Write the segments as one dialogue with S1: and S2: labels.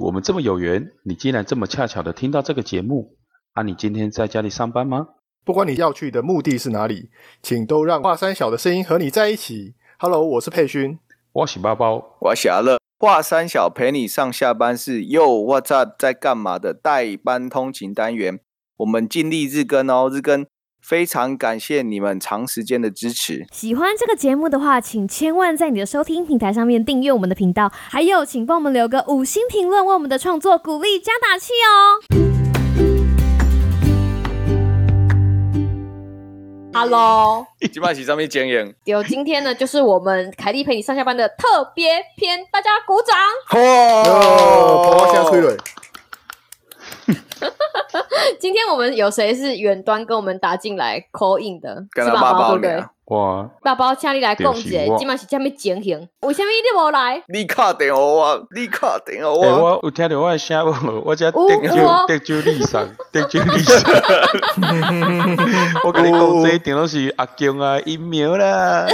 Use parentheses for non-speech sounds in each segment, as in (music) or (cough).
S1: 我们这么有缘，你竟然这么恰巧的听到这个节目啊！你今天在家里上班吗？
S2: 不管你要去的目的是哪里，请都让华山小的声音和你在一起。Hello，我是佩勋。
S1: 我洗包包，
S3: 我是阿乐，华山小陪你上下班是 Yo What's up 在干嘛的代班通勤单元，我们尽力日更哦，日更非常感谢你们长时间的支持。
S4: 喜欢这个节目的话，请千万在你的收听平台上面订阅我们的频道，还有请帮我们留个五星评论，为我们的创作鼓励加打气哦。
S5: Hello，
S3: 今晚是上面经 (laughs) 营，
S5: 有今天呢，就是我们凯莉陪你上下班的特别篇，大家鼓掌。
S2: 哦，跑到下吹了。
S5: 今天我们有谁是远端跟我们打进来 call in 的？
S3: 跟
S5: 是
S3: 他
S5: 爸
S3: 爸啊
S5: 爸
S3: 爸
S5: 对不对
S3: 俩？，
S1: 哇，
S5: 爸爸请你来讲
S1: 对是
S5: 解，
S1: 我
S5: 今晚是下面情形，为什么你无来？
S3: 你卡电话我，啊你卡电话
S1: 哎、
S3: 我，啊
S1: 我有听到我的声无？ (laughs) 我这
S5: 有
S1: 得
S5: 有
S1: 酒得酒立
S3: (laughs)
S1: 上，得酒立上。我跟你讲，这一定都是阿强啊、疫苗
S3: (laughs)
S1: 啦。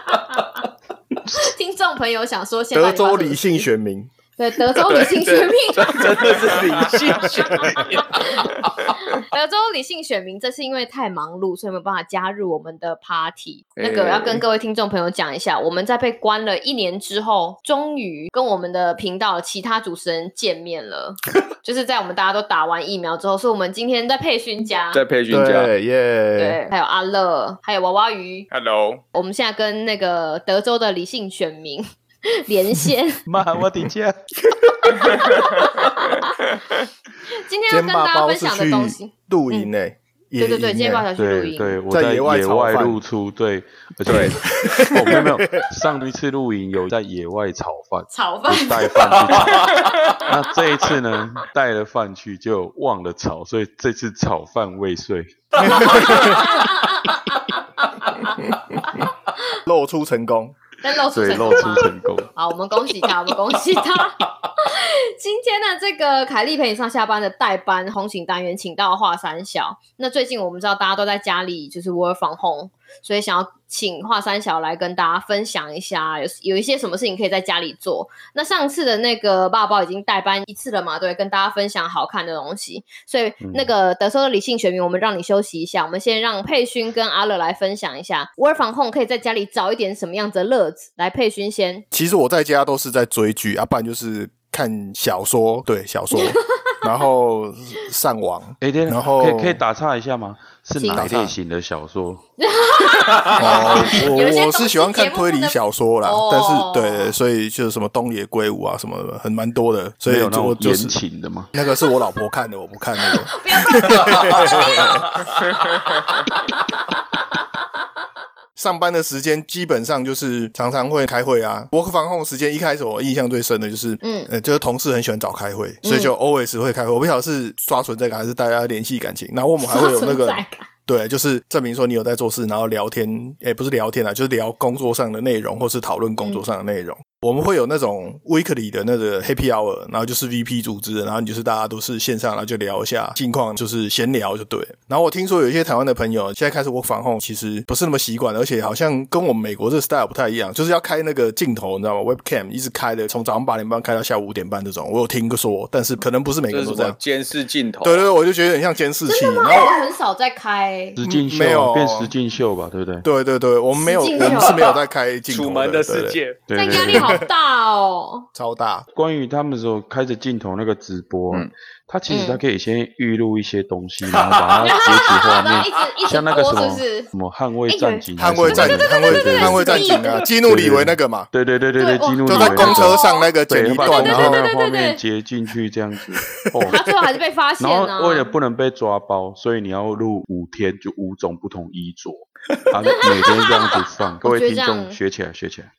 S5: (laughs) 听众朋友想说现在
S2: 德州理性选民，
S5: 对德州理性选民，
S3: (laughs) 真的是理性选民。
S5: (laughs) 德州理性选民这次因为太忙碌，所以没有办法加入我们的 party。
S3: 哎
S5: 那个要跟各位听众朋友讲一下，我们在被关了一年之后，终于跟我们的频道其他主持人见面了，就是在我们大家都打完疫苗之后，所以我们今天在培训家。
S3: 在培训家
S2: 对耶，
S5: 对，还有阿乐，还有娃娃鱼，
S3: ，Hello，
S5: 我们现在跟那个德州的理性选民 (laughs) 连线。
S1: 妈，我的家，
S5: 今天要
S2: 肩
S5: 跟大
S2: 膀
S5: 家
S2: 包
S5: 分
S2: 是
S5: 享的
S2: 去
S5: 东西，嗯
S2: 露营诶，
S5: 对对
S2: 野
S5: 对，
S2: 营
S5: 今天
S2: 欸
S5: 要小去录
S1: 对
S5: 音，
S1: 对，我
S2: 在
S1: 在
S2: 野外
S1: 野
S2: 炒
S1: 外
S2: 饭
S1: 露出，对，而
S3: 对
S1: 且哦，没有没有，上一次露营有在野外炒饭，
S5: 炒饭。
S1: 带饭去吃。那这一次呢，带了饭去就忘了炒，所以这次炒饭未遂。
S5: 哦
S2: (laughs) 露出成功，
S5: 但露出
S1: 对，
S5: 成
S1: 露
S5: 功
S1: 出
S5: 吗？
S1: 成
S2: (laughs)
S1: 功。
S5: 好，我们恭喜他，我们恭喜他。今天的这个凯莉陪你上下班的代班红警单元，请到华山小。那最近我们知道大家都在家里，就是 work from home，所以想要请华山小来跟大家分享一下，有有一些什么事情可以在家里做。那上次的那个爸爸已经代班一次了嘛，对，跟大家分享好看的东西。所以
S1: 嗯
S5: 那个德州的理性选民，我们让你休息一下，我们先让佩勋跟阿乐来分享一下 work from home 可以在家里找一点什么样子的乐子。来，佩勋先。
S2: 其实我在家都是在追剧啊，不然就是看小说，对小
S5: (laughs)
S2: 说，然后上网。
S1: 哎，对，
S2: 然后
S1: 可以可以打岔一下吗？是
S5: 请
S1: 哪
S2: 打岔
S1: 类型的小说？
S5: (laughs)
S2: 哦，
S5: 有一些
S2: 我我
S5: 东
S2: 是
S5: 西
S2: 喜欢看
S5: 节目
S2: 推
S5: 不
S2: 理
S5: 能
S2: 小说啦，
S5: 哦
S2: 但是对对，所以就是什么东野圭吾啊什么的，很蛮多的，所
S1: 没
S2: 以
S1: 有那
S2: 我
S1: 种
S2: 就
S1: 言
S2: 是
S1: 情的吗？
S2: (laughs) 那个是我老婆看的，我不看那个。 (laughs)
S5: 不要 (laughs) 乱讲。
S2: 上班的时间基本上就是常常会开会啊。work from home 时间一开始我印象最深的就是，
S5: 嗯
S2: 嗯，呃，就是同事很喜欢找开会，所以就 always 会开会。我不晓得是刷存在感还是大家联系感情。然后我们还会有那
S5: 存
S2: 个
S5: 在，感
S2: 对，就是证明说你有在做事，然后聊天，诶，不是聊天啊，就是聊工作上的内容，或是讨论工作上的内容。我们会有那种 weekly 的那个 happy hour，然后就是 VP 组织的，然后你就是大家都是线上，然后就聊一下近况，就是闲聊就对了。然后我听说有一些台湾的朋友现在开始 work from home，其实不是那么习惯，而且好像跟我们美国这个 style 不太一样，就是要开那个镜头，你知道吗？webcam 一直开的，从早上八点半开到下午五点半这种，我有听过说，但是可能不是每个
S3: 这
S2: 人
S3: 是
S2: 都这
S3: 什么
S2: 样。
S3: 监视镜头？啊
S2: 对对对，我就觉得很像监视器，然后
S5: 我很少在开，
S1: 石进
S2: 嗯没
S1: 秀啊
S2: 有
S1: 变石进秀吧，对不对？
S2: 对对对，我们没有，
S5: 实
S2: 我
S5: 境秀
S2: 们是没有在开镜头
S3: 楚门
S2: 对
S3: 的世
S2: 对
S3: 界，
S1: 对
S5: 但
S1: 对
S5: 压
S1: 对
S5: 力好大哦。
S2: 超大，
S1: 关于他们所开着镜头那个直播啊
S3: 嗯，
S1: 他其实
S5: 嗯
S1: 他可以先预录一些东
S2: (laughs)
S1: 西，然后把它截取
S5: (laughs)
S1: 画
S5: 然后
S1: 面
S5: 一，直啊一直
S1: 像那个
S5: 播
S1: 什
S5: 是
S1: 么
S5: 不是？
S1: 什么捍卫
S5: 哎
S1: 战
S5: 有
S1: 警还
S2: 捍
S1: 是什么
S2: 卫
S1: 的，
S2: 战警，捍卫
S1: 对
S2: 捍卫战警啊，基努里维那个嘛，
S1: 对对对对
S5: 对哦
S1: 对，
S5: 哇
S1: 激怒
S2: 就
S1: 你
S2: 在
S1: 们
S2: 公车上那个剪
S1: 对，
S2: 一
S1: 把
S2: 段，
S1: 公车
S2: 然
S1: 那
S2: 后
S1: 个画
S5: 对对对
S1: 面截进去这样子，哦，
S5: 他最后还是被发现
S1: 然
S5: 啊。
S1: 后为了不能被抓包，所以你要录五天，就五种不同衣着，啊，每天这样子
S5: (laughs)
S1: 放，各
S5: 我
S1: 位
S5: 觉得
S1: 听
S5: 这样
S1: 众学起来学起来。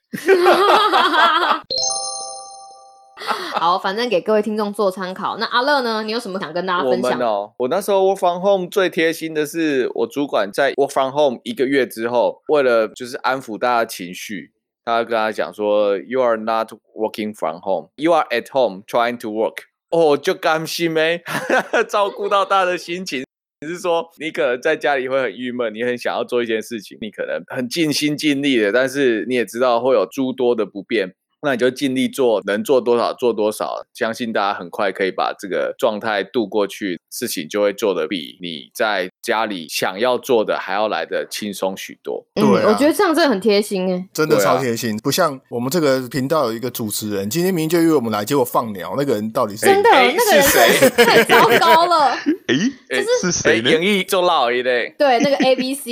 S5: 好，反正给各位听众做参考。那阿乐呢？你有什么想跟大家
S3: 我
S5: 分
S3: 们
S5: 享？
S3: 哦，我那时候 work from home 最贴心的是，我主管在 work from home 一个月之后，为了就是安抚大家的情绪，他跟他讲说，You are not working from home, you are at home trying to work。哦，就甘心没 (laughs) 照顾到大家的心情。只是说，你可能在家里会很郁闷，你很想要做一件事情，你可能很尽心尽力的，但是你也知道会有诸多的不便，那你就尽力做，能做多少做多少。相信大家很快可以把这个状态度过去，事情就会做得比你在家里想要做的还要来的轻松许多。
S5: 嗯，
S2: 对啊
S5: 我觉得这样真的很贴心哎、
S2: 真的
S3: 对啊
S2: 超贴心，不像我们这个频道有一个主持人，今天明明就约我们来，结果放鸟，那个人到底是
S5: 真的，
S3: 哎
S5: 那个人
S3: 是
S5: 真的太糟糕 (laughs) 了。
S1: 诶，
S3: 哎
S1: 是谁呢
S3: 哎？演绎做老一类。
S5: 对，那个 A B C，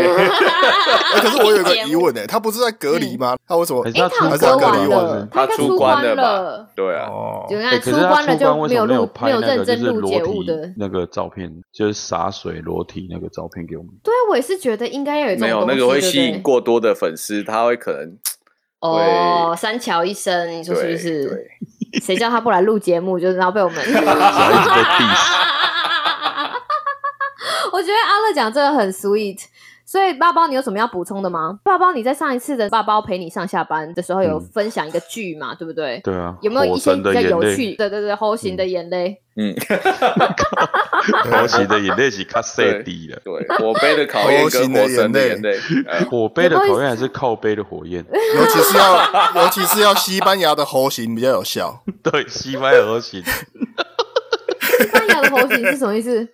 S2: 哎可是我有一个
S5: 节目
S2: 疑问呢、他不是在隔离吗？他为什么
S1: 还？是
S5: 哎，
S1: 他
S5: 他
S1: 出
S5: 好
S2: 还是
S5: 像
S1: 国
S2: 要
S1: 外
S2: 隔离完了，
S5: 出关了他应该
S3: 他出
S5: 出
S3: 关了吧
S5: 了。
S3: 对啊，
S2: 哦，
S5: 就
S1: 哎
S5: 看
S1: 可
S5: 出
S1: 是他
S5: 关了
S1: 出
S5: 就
S1: 关为
S5: 没
S1: 什么
S5: 有
S1: 没有
S5: 录没
S1: 拍
S5: 有
S1: 那
S5: 认
S1: 个就
S5: 真
S1: 是
S5: 录
S1: 裸
S5: 节目
S1: 体
S5: 的。
S1: 那个照片，就是洒水裸体那个照片给我们？
S5: 对啊，我也是觉得应该要有这
S3: 没
S5: 种
S3: 有
S5: 东
S3: 那
S5: 西
S3: 个会吸引
S5: 对不对
S3: 过多的粉丝，他会可能
S5: 哦，三桥医生，你说是
S3: 对
S5: 不是？
S3: 对，
S5: 谁叫他不来录节目，就是然后被我们。 (laughs)
S1: 然后一直被 diss，
S5: 我觉得阿乐讲这个很 sweet。所以，爸包，你有什么要补充的吗？爸包，你在上一次的《爸包陪你上下班》的时候有
S1: 嗯
S5: 分享一个剧嘛，对不对？
S1: 对啊，
S5: (laughs) 有没有
S1: 火
S5: 一些
S1: 神
S5: 比
S1: 的
S5: 较
S1: 眼
S5: 有
S1: 泪？
S5: 趣？对对对，猴形的眼泪，
S3: 嗯，
S1: 火神的眼泪是卡塞
S3: 对
S1: 低了，
S3: 对，火杯的考验跟火神的眼泪，呃
S1: 火杯的
S5: 有没有
S1: 考验还是靠杯的火焰？ (laughs)
S2: 尤其是要尤其是要西班牙的猴型比较有效，
S1: 对，西班牙和行
S5: 西班牙的猴形是什么意思？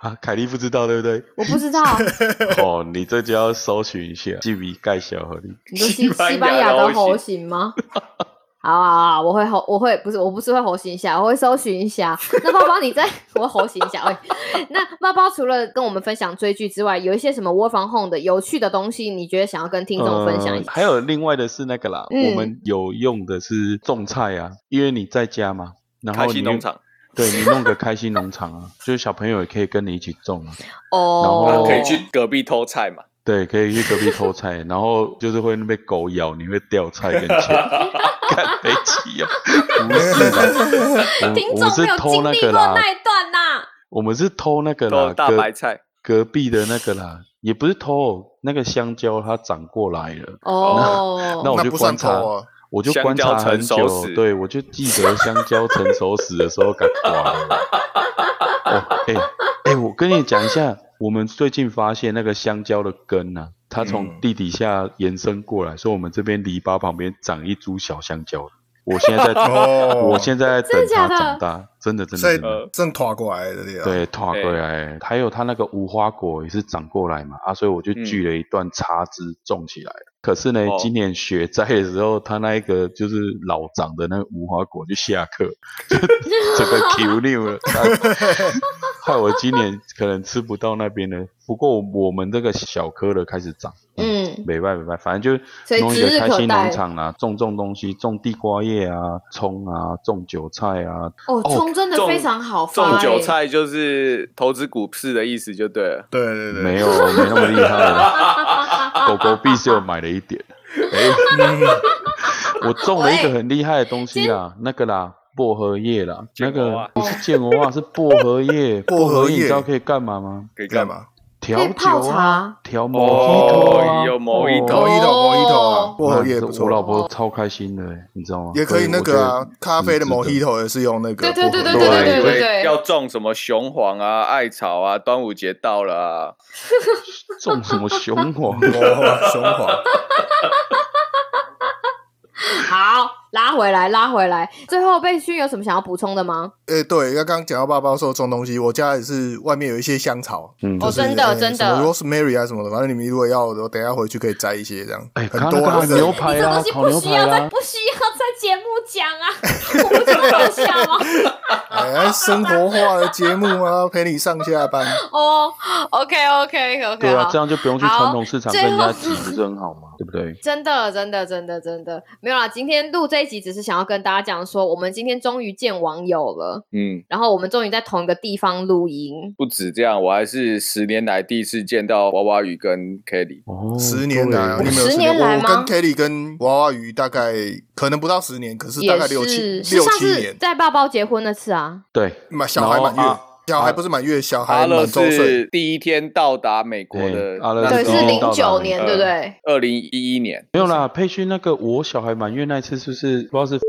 S1: 啊，凯莉不知道对不对？
S5: 我不知道。
S1: (laughs) 哦，你这就要搜寻一下，记笔盖小和你。
S5: 你说西
S3: 西班牙
S5: 西班牙的
S3: 的猴
S5: 猴形吗？ (laughs) 好啊好啊，我会猴，我会不是，我不是会猴形一下，我会搜寻一下。那包包你在，我会猴形一下。喂，那包包除了跟我们分享追剧之外，有一些什么 work from home 的有趣的东西，你觉得想要跟听众分享一
S1: 呃
S5: 下？
S1: 还有另外的是那个啦，
S5: 嗯
S1: 我们有用的是种菜啊，因为你在家嘛，然后
S3: 开
S1: 你
S3: 心农，场，
S1: 对你弄个开心农场啊， (laughs) 就是小朋友也可以跟你一起种啊，然
S5: 哦
S1: 后，
S3: 可以去隔壁偷菜嘛？
S1: 对，可以去隔壁偷菜，然后就是会被狗咬，你会掉菜跟钱， (laughs) 干北齐啊，不是啦，
S5: 听
S1: 嗯我我
S5: 众
S1: 们
S5: 没
S1: 是
S5: 有
S1: 偷
S5: 经
S1: 那
S5: 历
S1: 个
S5: 过
S1: 啦，
S5: 那一段呐、
S1: 我们是偷那个啦
S3: 偷，大
S1: 隔
S3: 白菜，
S1: 隔壁的那个啦，也不是偷哦那个香蕉，它长过来了。
S5: 哦，
S1: 那我
S2: 那
S1: 就
S2: 不算
S1: 观
S2: 偷
S1: 察，
S2: 啊。
S1: 我就观察
S3: 香蕉
S1: 很
S3: 成
S1: 久
S3: 熟时，
S1: 对我就记得香蕉成熟死的时候给刮了。哦，哎、哎、我跟你讲一下，我们最近发现那个香蕉的根啊，它从
S2: 嗯
S1: 地底下延伸过来，所以我们这边篱笆旁边长一株小香蕉。我现在
S3: (laughs)
S1: 在，
S2: 哦，
S1: 我现在在
S5: 真的
S1: 等它
S5: 假的
S1: 长大，真的真的
S2: 所以
S1: 真的。
S2: 正拖过来的地方。
S1: 对，拖过来，还有它那个无花果也是长过来嘛，啊，所以我就
S5: 嗯
S1: 锯了一段插枝种起来。可是呢，
S3: 哦
S1: 今年雪灾的时候，它那一个就是老长的那个无花果就下课，
S5: (laughs)
S1: 就整个 Q 溜了，害我今年可能吃不到那边的。不过我们这个小颗的开始长，
S5: 嗯，
S1: 没办法，没办法，反正就
S5: 所以
S1: 弄一
S5: 指
S1: 个
S5: 日
S1: 开
S5: 可
S1: 心
S5: 待
S1: 农场啊，种种东西，种地瓜叶啊，葱啊，种韭菜啊，
S5: 哦，葱真的
S3: 种
S5: 非常好发、
S3: 种
S5: 欸，
S3: 韭菜就是投资股市的意思，就对了。
S2: 对对对，
S1: 没有没那么厉害了。狗狗币是有买了一点。哎，我种了一个很厉害的东西啦，那个啦，薄荷叶啦，那
S3: 建国
S1: 个
S3: 啊
S1: 不是建国啊，是薄荷叶。
S2: 薄
S1: 薄
S2: 荷叶
S1: 荷叶你知道可以干嘛吗？
S3: 可以
S2: 干？嘛？
S1: 调
S5: 可以泡
S1: 酒啊
S5: 茶，
S1: 调毛
S3: 哦
S1: 衣啊
S3: 有 mojito
S2: 某一头某一头啊
S5: 哦，
S2: 薄荷叶不错。
S1: 我老婆超开心的欸，你知道吗？
S2: 也可以那个啊，咖啡的某
S1: 一
S2: 一
S1: 头。
S2: 头也是用那个薄荷叶。
S5: 对对
S1: 对对对
S3: 因为
S5: 对
S3: 要种什么雄黄啊、艾草啊，端午节到了啊，
S1: 种什么雄
S2: (laughs)
S1: 黄？
S2: 薄荷雄黄，
S5: 好，拉回来，拉回来。最后，贝勋有什么想要补充的吗？
S2: 诶，对，哎刚刚讲到爸爸说种东西，我家也是外面有一些香草，
S1: 嗯，
S5: 哦
S2: 就是
S5: 真的
S2: 诶
S5: 真的
S2: 什么 rosemary 啊什么的，反正你们如果要，我等一下回去可以摘一些这样，
S1: 哎，
S2: 很
S1: 刚刚
S2: 多啊
S1: 那个牛
S2: 这
S1: 排
S5: 你这
S1: 啦
S5: 东西，
S1: 烤
S5: 不
S1: 牛
S5: 需
S1: 排
S5: 要在
S1: 啦，
S5: 不需要在节目讲啊，我不就搞笑吗？
S2: (laughs) 哎，生活化的节目啊，陪你上下班，
S5: 哦、o k OK OK，
S1: 对啊，
S5: 好
S1: 这样就不用去
S5: 好
S1: 传统市场
S5: 最
S1: 跟人家
S5: 后
S1: 挤，不是很好吗？对不对？
S5: 真的，真的，真的，真的没有啦。今天录这一集，只是想要跟大家讲说，我们今天终于见网友了，
S3: 嗯。
S5: 然后我们终于在同一个地方录音。
S3: 不止这样，我还是十年来第一次见到娃娃鱼跟 Kelly。
S1: 哦，
S2: 十年来啊，
S1: 对
S2: 你们有
S5: 十
S2: 年，
S5: 年来
S2: 我
S5: 吗
S2: 跟 Kelly 跟娃娃鱼大概可能不到十年，可是大
S5: 也
S2: 概六七
S5: 是，是
S2: 六
S5: 上
S2: 七
S5: 次
S2: 年，
S5: 在爸爸结婚那次啊，
S1: (laughs) 对，
S2: 满小孩满
S1: 然后
S2: 月
S1: 啊，
S2: 小孩不是满月，小
S3: 阿
S2: 孩
S3: 乐
S2: 满周岁
S3: 是，第一天到达美国的
S1: 对，哎阿乐
S3: 那
S5: 对，
S1: 是
S5: 是
S3: 时候
S1: 第一天
S5: 零
S1: 到
S5: 九年，
S3: 呃
S5: 对不对？
S3: 二零一一年，
S1: 没有啦，佩勋那个我小孩满月那一次是不是 (laughs) 不知道
S5: (laughs)
S1: 是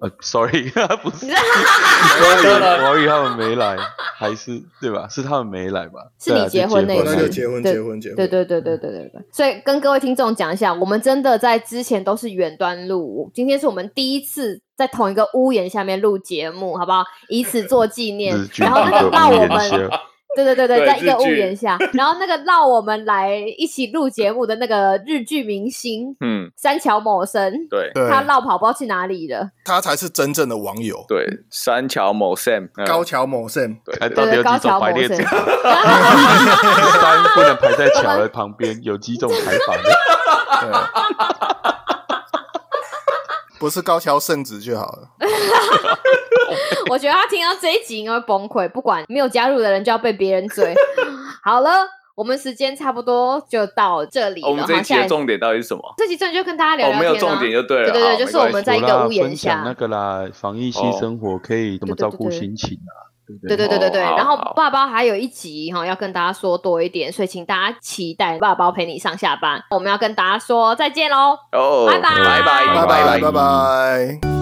S1: 呃，sorry，不是， (laughs)
S5: 你
S1: 我
S5: 在
S1: 以为我以为他们没来，还是对吧？是他们没来吧？
S5: 是
S1: 对啊
S5: 你结婚那一
S1: 就
S5: 对
S1: 结
S2: 那
S5: 次
S2: 就
S1: 了
S2: 结婚，
S5: 对
S2: 结
S1: 嗯
S2: 婚，结婚。
S5: 对对对对对对对。所以跟各位听众讲一下，我们真的在之前都是远端录，今天是我们第一次在同一个屋檐下面录节目，好不好？以此
S1: (laughs)
S5: 做纪念
S1: 日。剧
S5: 然后啊那个
S1: 版
S5: 到
S1: 的
S5: 我
S1: 屋檐
S5: 们。
S1: 下
S5: 对对对对，
S3: 对
S5: 在一个
S3: 日
S5: 屋
S3: 剧
S5: 檐下，然后那个让我们来一起录节目的那个日剧明星
S3: 嗯，
S5: 三桥某生，
S3: 对
S2: 对，
S5: 他绕跑不知道去哪里了。 (laughs)
S2: 他才是真正的网友。
S3: 对，三桥某 Sam 嗯
S2: 高桥某 Sam，
S3: 对
S1: 哎，
S3: 对
S1: 到底有
S5: 对对
S1: 几种排列组
S5: 高 (laughs)
S1: 合？山不能排在桥的旁边，有几种排法的？
S2: 对 (laughs) 不是高桥圣子就好了。
S5: 我觉得他听到这一集应该会崩溃，不管没有加入的人就要被别人追。 (laughs) 好了，我们时间差不多就到这里了。
S3: 啊哦我们这一
S5: 好
S3: 集
S5: 下
S3: 的重点到底是什么？
S5: 这集重点就跟大家聊
S3: 哦，
S5: 聊
S3: 没
S5: 天、啊
S3: 有重点就对了，
S5: 对对
S3: 好
S5: 对，就是我
S3: 没关
S5: 们
S3: 系
S5: 在一
S1: 有啦
S5: 个屋檐
S1: 分享那
S5: 下。
S1: 个啦，防疫
S3: 哦
S1: 新生活可以怎么照顾
S5: 对对对对
S1: 心情啊？对不
S5: 对对对对对，
S3: 哦好
S5: 然后
S3: 好
S5: 爸爸还有一集哈、要跟大家说多一点，所以请大家期待爸爸陪你上下班。我们要跟大家说再见喽，
S3: 哦，
S5: 拜拜
S3: 拜拜
S1: 拜
S2: 拜拜，拜拜。